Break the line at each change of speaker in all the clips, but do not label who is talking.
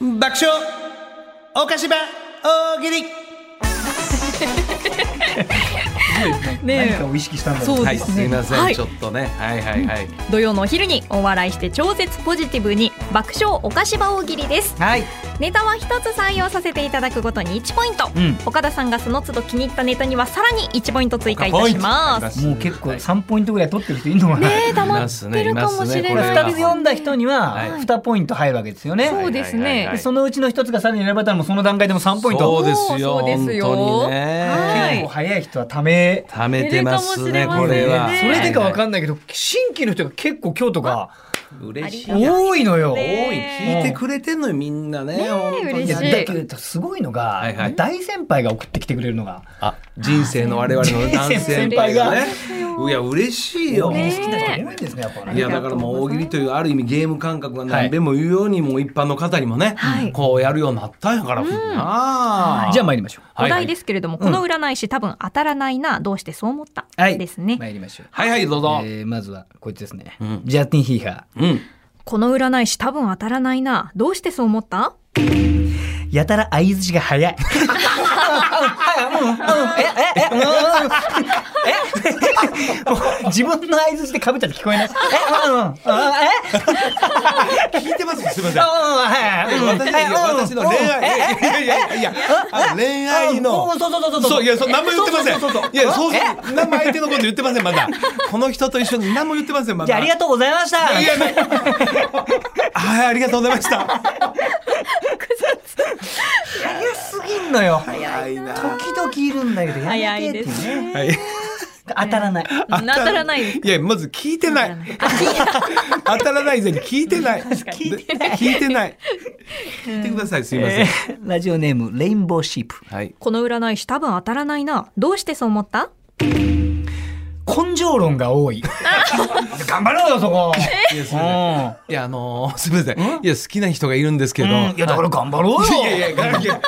爆笑おかしば大喜利
ねえ
何かを意識したんだろ
そうう
は
で
い
す
す
ね、
いません、
はい
ちょっとねはいはいはい、
土曜のお昼にお笑いして超絶ポジティブに爆笑おかしば大喜利です
はい
ネタは一つ採用させていただくごとに1ポイント、
うん
岡田さんがその都度気に入ったネタにはさらに1ポイント追加いたします
もう結構3ポイントぐらい取ってる人いるのかな、
ねえ溜ま
いま
っ
す
て
ね
るかもしれ
いま
な
す
い
ね
2人で読んだ人には
はい
2ポイント入るわけですよね、
そうですね
はいはいはい
でそのうちの1つがさらに選ばれたらもうその段階でも3ポイント
そうですよ
そうですよ
本当にね、
はい
結構早い人はため
貯めてますねこれは
ね
それでかわか
ん
んないけど新規の人が結構今日とか
嬉しい
ありが
多
多いのよ
い聞いてくれてんのよみんなね本当に
いや
嬉しい
だけどすごいのが、
はいはい
大先輩が送ってきてくれるのが
あ人生の我々の男性
先輩が
ねいや嬉しいよ、
好き
ね
な人多いんですねやっぱね
いやだからもう大喜利というある意味ゲーム感覚が何べも言うように、もう一般の方にもね、
はい
こうやるようになったんやから、なあ
じゃあ参りましょう
お題ですすけれども、この占い師多分当たらないなどうしてそう思った、
はい
ですね、
参りましょう、
はいはいどうぞ、
えーまずはこいつですね、
うん
ジャスティン・ヒーハ
うん
この占い師多分当たらないなどうしてそう思った
ーやたら相づちが早いもう自分の相づちでかぶっちゃって聞こえないえうんうんうんえ
聞いてますすみません
うんうんはいうん
私私の恋愛いやいやいやいやあ恋愛の
うんそうそうそうそう
そういやそう何も言ってません
そうそうそうそう
いやそうそう何も相手のこと言ってませんまだこの人と一緒に何も言ってませんまだ
じゃあありがとうございました
いやねはいありがとうございました
早すぎんのよ
早いな
時々いるんだけどや
早
め
い
て
で
って
す
ね
ね
はい
当たらない
当たらないです
いやまず聞いてない
当
当たらないぜに聞いてない
聞いてない
で聞いてない聞いてくださいすいません
ラジオネームレインボーシープ
はい
この占い師多分当たらないなどうしてそう思った
根性論が多い頑張ろうよそこ
いやすいません
う
いやあのーす みませんいや好きな人がいるんですけど
んうんいやだから頑張ろ
いうやい
よ
やいやいや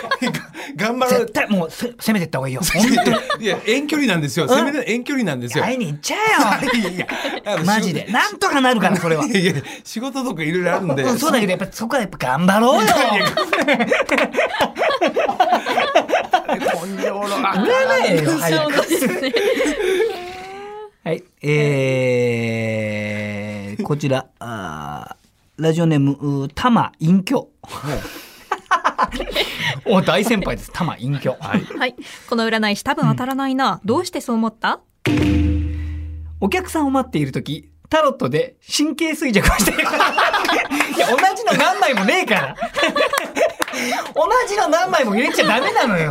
頑張ろう
絶対もうせ攻めてった方 がいいよ本
いや いや遠距離なんですよせめて遠距離なんです
当
よ
に会いに行っち ゃえよ
いやいやあの
マジでなんとかなるからそれ は
仕事いやいや仕事とかいろいろあるんで
うんそう だけどやっぱそこはやっぱ頑張ろうよ
根性論
売らないよ早く
ですね
はい、えー、こちら、あーラジオネーム、うータマ隠居。 お、大先輩です。タマ隠居。
はい、この占い師多分当たらないな、どうしてそう思った
お客さんを待っているとき、タロットで神経衰弱をしてる。いや、同じの何枚もねえから。同じの何枚も入れちゃダメなのよ。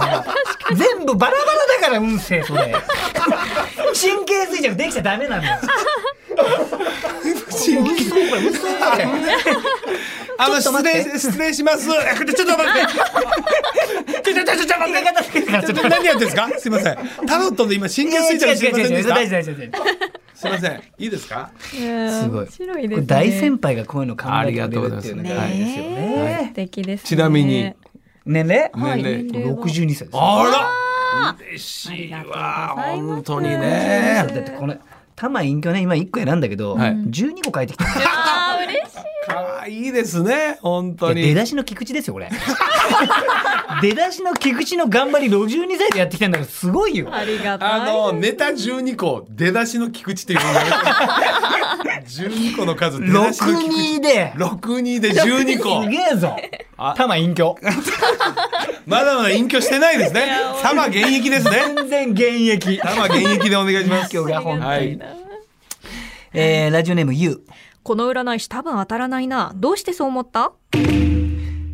全部バラバラだから運勢、それ。神経衰弱できちゃダメなのよ。
嘘これ嘘だよあの
ちょっ
失
と待って
礼失礼します ちょっと待って
ちょちょちょちょちょ待って
ちょっと何やってんですかすいませんタロットで今神経衰弱してませんでしたすいませんいいですか
すごい。
面白い
こ
で
れ
すね
大先輩がこういうの考えてくれるっていうの
輩
が
あ
いい
り
ですよね。
ねえ素敵ですね
ちなみに
年齢
はい
年
年齢は
六十二歳です。
あら嬉しいわ
ありがと
本当
うございます
に
だ
ね
ってこの玉隠居ね今一個選んだけど
はい
十二個書いてきた。い
あー嬉しい
可愛いですね本当
や出
に
だしの菊池ですよこれ。 出だしの菊池の頑張り六十二歳でやってきたんだからすごいよ。
ありがたい
あのネタ12個出だしの菊池っていうのがね12個の数出だ
六
しの菊池
二で。
62で12個
すげえぞ
あ。
玉隠居。
まだまだ隠居してないですね様現役ですね
全然現役。
様現役でお願いしま
隠
す
居が本
は
当
い
に。えーラジオネームゆう。
この占い師多分当たらないなどうしてそう思った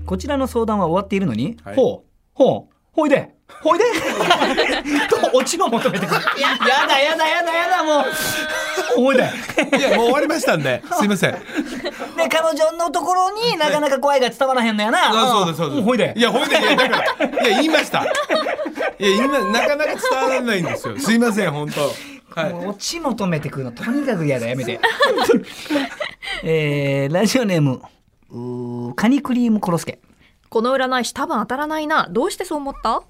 こちらの相談は終わっているのに、
はい
ほう、ほう、ほいで、ほいで と、オチを求めてくる。やだやだやだやだ、もう。ほいで。
いやもう終わりましたんですいません
で、彼女のところになかなか声が伝わらへんのやな。
あそうですそうです
んほいで
い。やほいでいやだからいや言いましたいや今なかなか伝わらないんですよすいません本当はい
もうオチ求めてくるの、とにかくやだ、やめて。 えーラジオネーム、うーカニクリームコロスケ。
この占い師多分当たらないなどうしてそう思った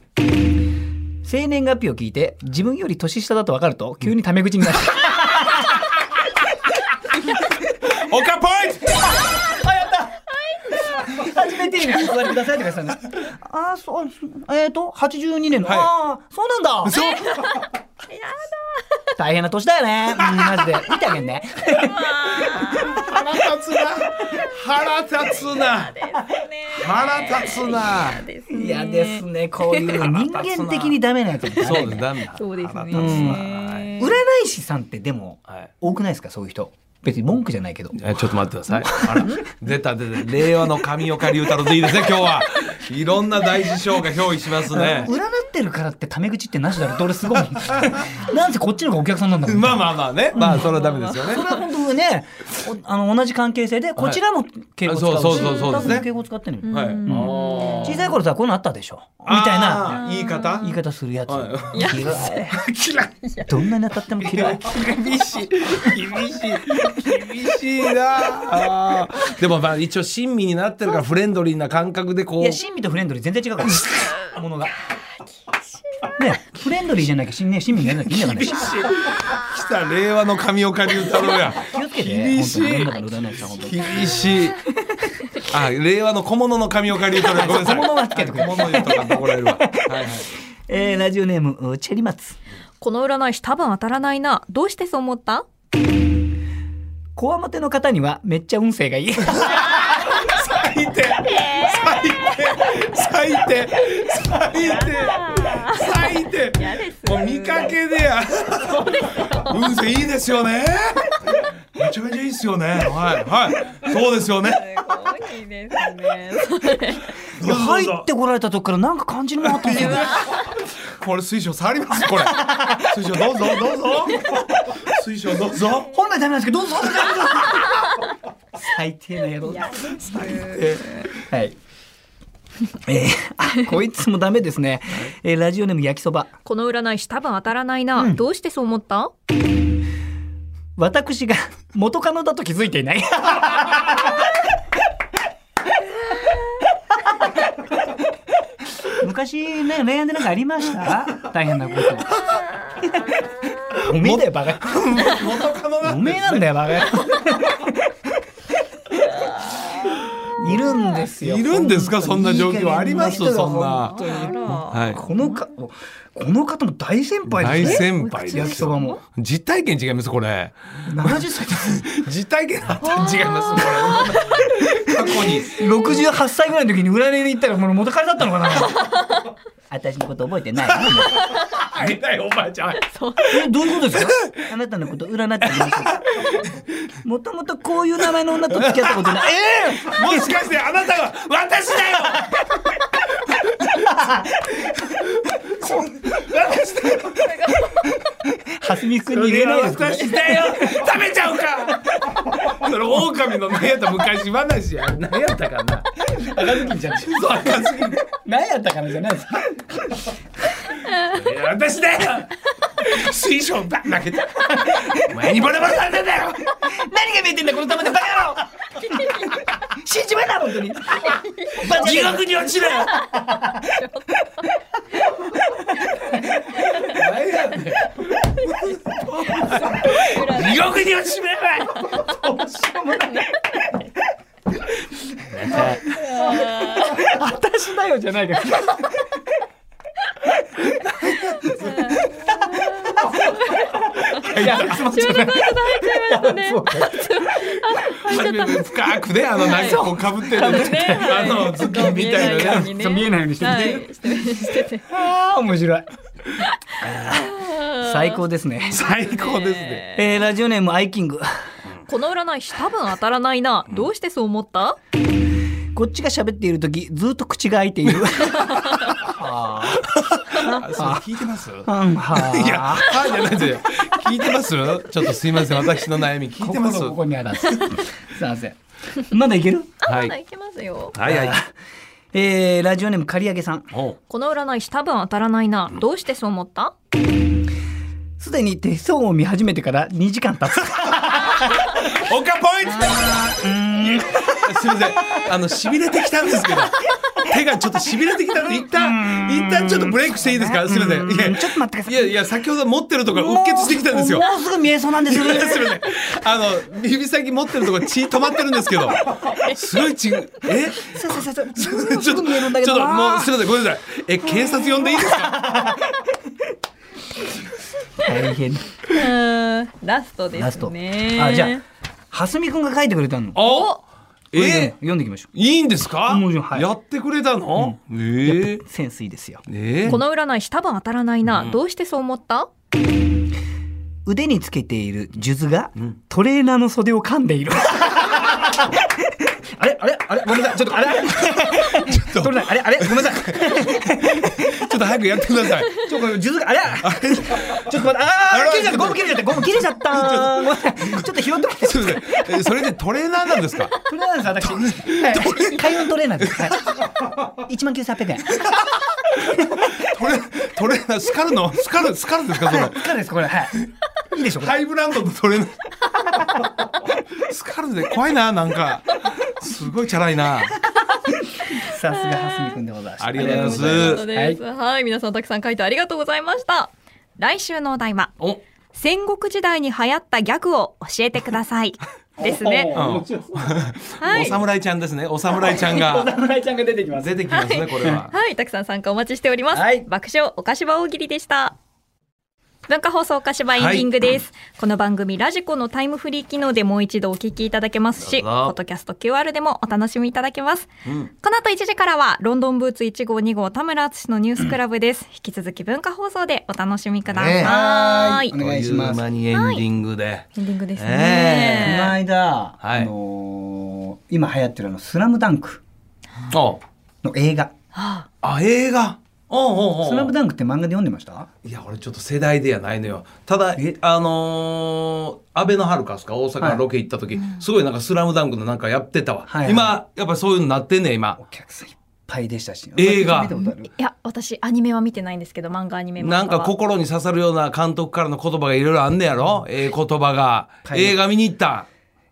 生年月日を聞いて、自分より年下だと分かると、急にタメ口になる。
岡ポイント
やった初めてにお座りくださいって言ってたんです ああ、そう、えっ、ー、と、82年の、
はい
ああ、そうなんだ。
そう
大変な年だよね。うん、マジで。見てあげんね。
腹立つな腹立つな腹立つな
ですね。
嫌です。ね、こういう 人間的にダメなやつもダメ
そう
だ
だ
よ
ダメだ
そうですね。
腹立つなはい
占い師さんってでも、
はい
多くないですか、そういう人。別に文句じゃないけど。
えちょっと待ってください。あら、出た出た。令和の神岡龍太郎でいいですね、今日は。いろんな大事賞が憑依しますね。
占ってるからってタメ口ってなしだろって俺すごい思うなんせこっちの方がお客さんなんだもん
まあまあまあね。まあ、それはダメですよね
そ。れは本当ねおあ の同じ関係性でこちらも敬語使うし、
あそうそうそうそうですね
多分敬語使ってるのよ
はい。あ
うん
ー
小さい頃さこういうのあったでしょみたいな
あー言い方
言い方するやつ、
は
嫌い どんなに当たっても嫌い
厳しい。厳しい。厳しいなあー。でもまあ、一応親身になってるから、フレンドリーな感覚でこ
いうや。親身とフレンドリー全然違うからものがねフレンドリーじゃなきゃ親ね親身にならなきゃいいんだからね
来た令和の神岡龍太郎や。
気をつけて
厳しい
本当になんだから占い師さん本当に
厳し い。あ、令和の小物の神岡龍 太郎や。ごめんなさい。
小物はつけてくれ
小物言うとか怒られるわ。はいはい。
えーラジオネームチェリマツ
この占い師多分当たらないな。どうしてそう思った？
こわもての方にはめっちゃ運勢がいい
最低最低最低最低最低
嫌です。
もう見かけでや運勢いいですよねめちゃめちゃいいですよねはいはいそうですよね
ごいですね。
どう
いや
ぞ
入
どう
っ
ぞ
てこられた時からなんか感じるもんあったんですよね
これ水晶触りますこれ水晶どうぞどうぞ水晶どうぞ
本来ダメなんですけどどうぞどうぞ 最低な野郎はいえー、あこいつもダメですね、えーラジオネーム焼きそば
この占い師多分当たらないな。どうしてそう思った？
私が元カノだと気づいていない 昔ね恋愛でなんかありました大変なこと おめえだよバカ
元カノな
お
ん
めえ
で
なんだよバカいるんですよ
いるんですかそんな状況あります
いい加減
そんな
本当に
は
はい
このかこの方も大先輩
大
ですね
先輩で
焼き
す
そば
よ
も
実体験違いますこれ
70歳です
実体験あった違いますこれ過去に
68歳ぐらいの時に占いに行ったらもう元彼だったのかな 私のこと覚えてない
会いたいおばあちゃん
えどういうことですかあなたのこと占ってみましたもともとこういう名前の女と付き合ったことないええ
もしかしてあなたは私だよ
蓮見君に言えないですね
私だよ食べちゃうかそれ狼の何やった昔話や何やったかな
赤ずきんじゃない
そう赤すぎる
何やったかなじゃないです
いや私だよ水晶ば投げたお前にボロボロされてんだよ
何が見えてんだこの玉でバカ野郎死んじまえな本当にバチ
地獄に落ちろよ何やねん地獄に落ちめばい
私だよじゃないですいや
初めて深くね、あの、なんかこうかぶってるね。あの、ズッキーニみたいなね。
そう見えないようにして
はい
て、
してしてて。
ああ面白い最高ですね
最高ですね。
えー、ラジオネームアイキング
この占い師多分当たらないな。どうしてそう思った？
こっちが喋っている時ずっと口が開いている
あそれ聞いてますい
うんはい
や、はい、じゃないですよ。聞いてますちょっとすいません、私の悩み聞いてます
心ここにあらず すいませんまだいける
ま
は
だ
い。
いけますよ。
はいはい。
えー、ラジオネーム刈り上げさん
おう
この占い師多分当たらないな。どうしてそう思った？
すでに手相を見始めてから2時間経つ
オカポイントすみません。あの、痺れてきたんですけど、手がちょっと痺れてきたんで、一旦、一旦ちょっとブレイクしていいですかすみません。い
うん
や
ちょっと待ってください
いやいや、先ほど持ってるところ、うっ血してきたんですよ
も。うもうすぐ見えそうなんですよね。
すみません。あの、指先持ってるところ血止まってるんですけど、すごい血、え
そうそうそうそう。
ち
す
ょっと、
ぐ
ちょっと
見えるんだけどな。
もう、すみません、ごめんなさい。え、警察呼んでいいですか
大変。
うんラストで
ラス
す
ト。
ね
あじゃあ蓮見くんが書いてくれたの。
あ
これでも
え
読んでいきましょ
いいんですか
もちろんはい
やってくれたのえ
う。
ー
センスいいですよ。
えー
この占い師多分当たらないな、どうしてそう思った
腕につけている数珠がトレーナーの袖を噛んで いる。あれあれあれごめん なさいちょっとあれちょっとごめんなさいあれあれごめんなさいちょ
ちょっと早くやってください。
っとこれ数珠があれちょっと待ってあー切れちゃったゴム切れちゃったゴム切れちゃったごめんなさいちょっと拾ってもらって
すみません。えそれでトレーナーなんですか。
トレーナーです私はい開運トレーナーですはい1万9800円
トレトレーナースカルのスカルスカルですかそれ。
いかがですかこれはいいいでしょうこれ
ハイブランドのトレーナー。スカルで怖いななんか。すごいチャラいな。
さすが蓮見くんでございました
ありがとうございます
ですはい、皆さんたくさん書いてありがとうございました来週のお題は
お、
戦国時代に流行ったギャグを教えてくださいですね
うん、
は
お
い
侍ちゃんですね。お侍ちゃんが
侍ちゃんが出てきま
出てきますねこれは。
はい、たくさん参加お待ちしております。
はい
爆笑お菓子場大喜利でした。文化放送お菓子場エンディングです、この番組ラジコのタイムフリー機能でもう一度お聞きいただけますし、
ど
ポ
うぞ
ッドキャスト QR でもお楽しみいただけます。
うん
この後1時からはロンドンブーツ1号2号田村敦のニュースクラブです。引き続き文化放送でお楽しみくだ
ねえ
さい。
お願いします
あっとう間にエンディングで。
エンディングです
こ
ね
の
ね。
間、
はい
あのー今流行ってるあの「スラムダンク
お、
の映画
は
あ映画。おうおうお
「
う
スラムダンクって漫画で読んでました
いや俺ちょっと世代でやないのよただ
え
あのー、安倍のハルカスか大
はい
阪ロケ行った時、すごいなんか「スラムダンクのなんかやってたわ、
はいはい
今やっぱりそういうのなってんね今
お客さんいっぱいでしたし
映画
見たことある
いや、私アニメは見てないんですけど、漫画アニメ漫画
なんか
は
心に刺さるような監督からの言葉がいろいろあんねやろ、ええ言葉が、
はい
映画見に行った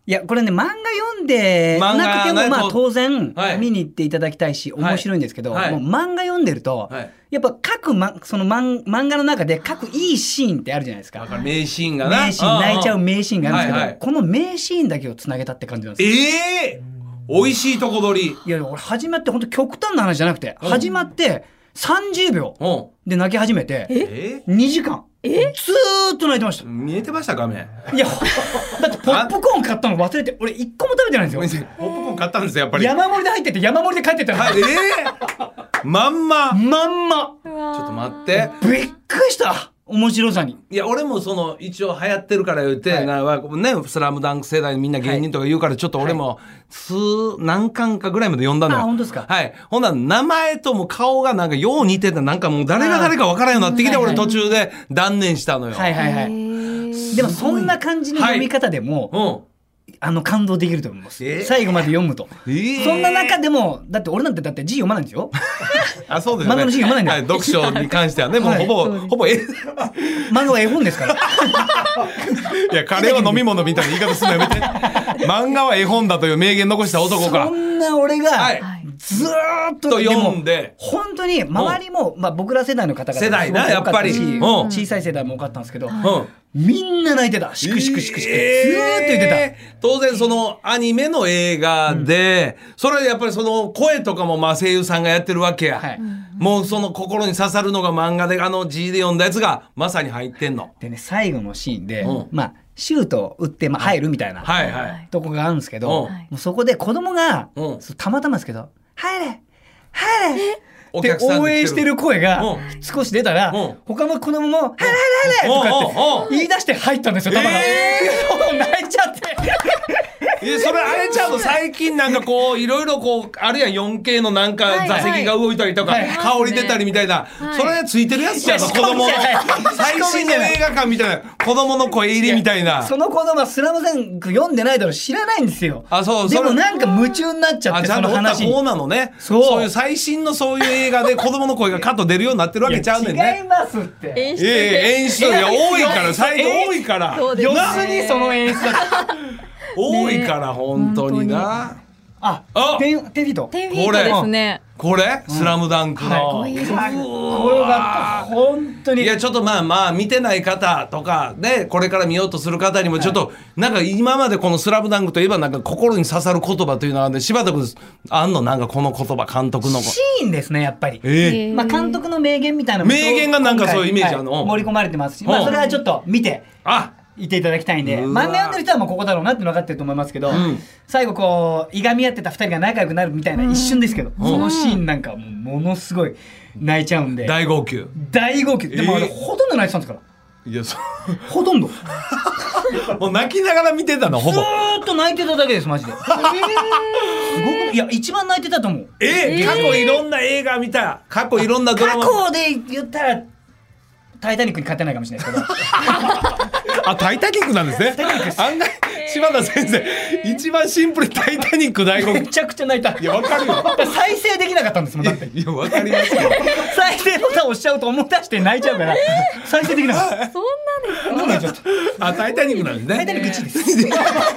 いやこれね漫画読んで
漫画
なくてもま
な
あ
いと
当然
はい
見に行っていただきたいし
はい
面白いんですけど、
はい
もう漫画読んでると、
はい
やっぱ各、ま、その漫漫画の中で各いいシーンってあるじゃないですか
だから名シーンがな
名シーン泣いちゃう名シーンがあるんですけど、
はいはい
この名シーンだけをつなげたって感じなんですよ
ええ美味しいとこ取り
いやいや俺始まって本当極端な話じゃなくて、
うん
始まって30秒
うん
で泣き始めて
え
2時間ずーっと泣いてまし
ー見えてました画面
たいや だってポップコーン買ったの忘れて俺1個も食べてないん
ご
で
めん
すよ
なさいポップコーン買ったんですよやっぱり
山盛りで入ってて山盛りで帰ってったの、
はいええまんまち
まんま
うわー
ょっと待って
びっくりした面白さに
いや俺もその一応流行ってるから言って、
はい
なわね「スラムダンク世代みんな芸人とか言うからちょっと俺も数何巻かぐらいまで読んだのよ。
あ本当ですか
はい。ほんなら名前とも顔がなんかよう似ててなんかもう誰が誰か分からんようになってきて
あー
俺途中で断念したのよ。
はいはいはいでもそんな感じの読み方でも、
うん。
あの感動できると思います、
えー
最後まで読むと、
えー
そんな中でもだって俺なんてだって字読まないんですよ
あそうですよ
漫
ね。
画のシーン読まないんだ
はい、読書に関してはねもう
はい
ほぼ、ほぼえい
漫画は絵本ですから
やカレーは飲み物みたいな言い方するのやめ て。漫画は絵本だという名言残した 男が
そんな俺が、
はい
ずーっと
と読んで
も本当に周りも、まあ、僕ら世代の方々
世代な
すごく多かたし
やっぱりうん
小さい世代も多かったんですけど、
うん。
みんな泣いてたシクシクシクシク、ずーっと言ってた、
えー当然そのアニメの映画で、それはやっぱりその声とかもまあ声優さんがやってるわけや、
はい
もうその心に刺さるのが漫画であの字で読んだやつがまさに入ってんの
でね最後のシーンで、
うん
まあ、シュートを打って、まあ、入るみたいな、
はいはい、
はい
とこがあるんですけ
う
ど、
ん
もうそこで子供が、
うん
そうたまたまですけど「入れ入れ!」
お
で
客さん
応援してる声が
うん
少し出たら、
うん
他の子供も「入れ入れ入れ!」とか
うんうん
っ
う
て言い出して入ったんですよ球が。
え
そう泣いちゃって
いやそれあれちゃう の最近なんかこういろいろこうあるやん 4K のなんか
はいは
座
い
席が動いたりとか、
はい
香り出たりみたいな、
い
それついてるやつじゃん
いや
子供の
仕込みじゃない
最新の映画館みたいな子供の声入りみたいな
その子供は「スラムダンク読んでないだろう知らないんですよ
あそう
で
そ
も
れ
なんか夢中になっちゃっ
あ
て
ちゃ
そ
ん
の
とおった
話に
方なのね
そう
いう最新のそういう映画で子供の声がカッと出るようになってるわけちゃうねん
違い
ね
ますって
演出
ええ演出が多いから最近多いから
そうです
よすにその演出だった
多いから本当にな。
あ
あ
テンテンフィート
テンフィートですね。
これ、スラムダンクの。
はい
かっこよかった本当に
いやちょっとまあまあ見てない方とかでこれから見ようとする方にもちょっとなんか今までこの「スラムダンクといえばなんか心に刺さる言葉というのがあるんで柴田君あんのなんかこの言葉監督の。
シーンですねやっぱり、
ええ
まあ、監督の名言みたいな
名言がなんかそういうイメージあるの
はい盛り込まれてますし、ま
う
あ、
ん
それはちょっと見て
あ
いていただきたいんで
うわ
漫画読んでる人はもうここだろうなっての分かってると思いますけど、
ん
最後こういがみ合ってた2人が仲良くなるみたいな一瞬ですけど、そのシーンなんかもうものすごい泣いちゃうんで
大号泣。
大号泣でもあれ
えー
ほとんど泣いてたんですから
いやそ
ほとんどず
うもう泣きながら見てたのほぼ。
ーっと泣いてただけですマジ で、すごくいや一番泣いてたと思う
え過去いろんな映画見た過去いろんなド
過
ラマ
去で言ったら「タイタニック」に勝てないかもしれないですけど
あ、タイタニックなんですね。案外、柴田先生、一番シンプルにタイタニック大
め
国。
ちゃくちゃ泣いた
いや、わかるよ。
再生できなかったんですもんだって
いや、わかりますよ。
再生ボタン押しちゃうと思い出して泣いちゃうから再生できなかった
そんなです
もう泣いちゃった
あ、タイタニックなんですね。
タイタニック1位です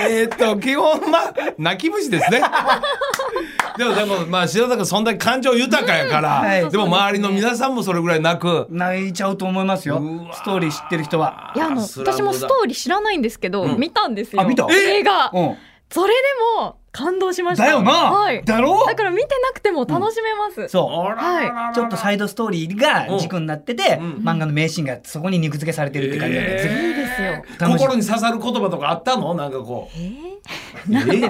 えーっと、基本、まあ、泣き虫ですね。でも、でも、まあ、柴田君、そんだけ感情豊かやから、
うんはい
でも、周りの皆さんもそれぐらい泣く。
泣いちゃうと思いますよ
うわ
ストーリー知ってる人はい
やあの
スラムだ
私もストーリー知らないんですけど、見たんですよ
あ見た
映画、
うん
それでも感動しました
だよな、
はい、
だろ
だから見てなくても楽しめます、
そう
あらららら
ちょっとサイドストーリーが軸になってて、
うん
漫画の名シーンがそこに肉付けされてるって感じなんです、
え
いいですよ
ー心に刺さる言葉とかあったのなんかこう。えー、え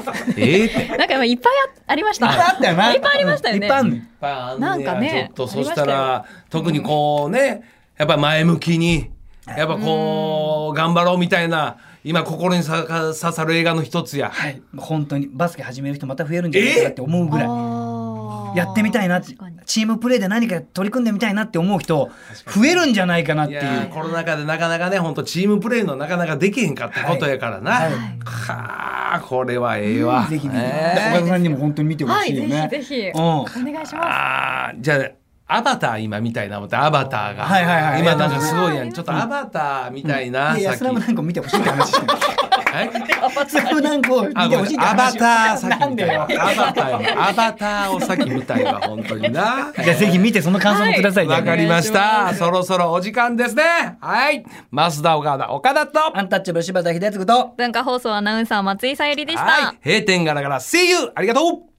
ーって。
なんかいっぱいあありました
いっぱいあったよな
いっぱいありましたよね
いっぱいあんねん
やっぱ
なんかね
ちょっと
あ
そ
りま
し
したたよ
ら特にこうねやっぱり前向きにやっぱこう頑張ろうみたいな今心にさ刺さる映画の一つや。
はい、本当にバスケ始める人また増えるんじゃないかなって思うぐらい。
あー
やってみたいなって
確かに
チームプレーで何か取り組んでみたいなって思う人増えるんじゃないかなっ
い
ていう
やーコロナ禍でなかなかね本当チームプレーのなかなかできへんかったことやからな。は
はい
あこれはええわ。
ぜひぜひ、
ね
岡田さんにも本当に見てほしいよね、
はいぜひぜひ
うん、は
お願いします
あーじゃあアバター今みたいな思ってアバターが、
はいはいはい
今なんかすごいや
あ
ん
ー
ちょっとアバターみたいな、さ
いやい
っ
や
き
スラムダンクを見てほし いって話してる
はい
スラムダンクを見
あ
てほしいって
アバ
話
ター
な
先
ん
みたい
だ
な
よ
アバターやアバターを先みたいわ本当にな
じゃあぜひ見てその感想もくださいね、
わかりまし
お願い
た
します
そろそろお時間ですねはい増田岡田岡田と
アンタッチャブル柴田秀嗣と
文化放送アナウンサー松井さゆりでした、
はい閉店ガラガラ See you ありがとう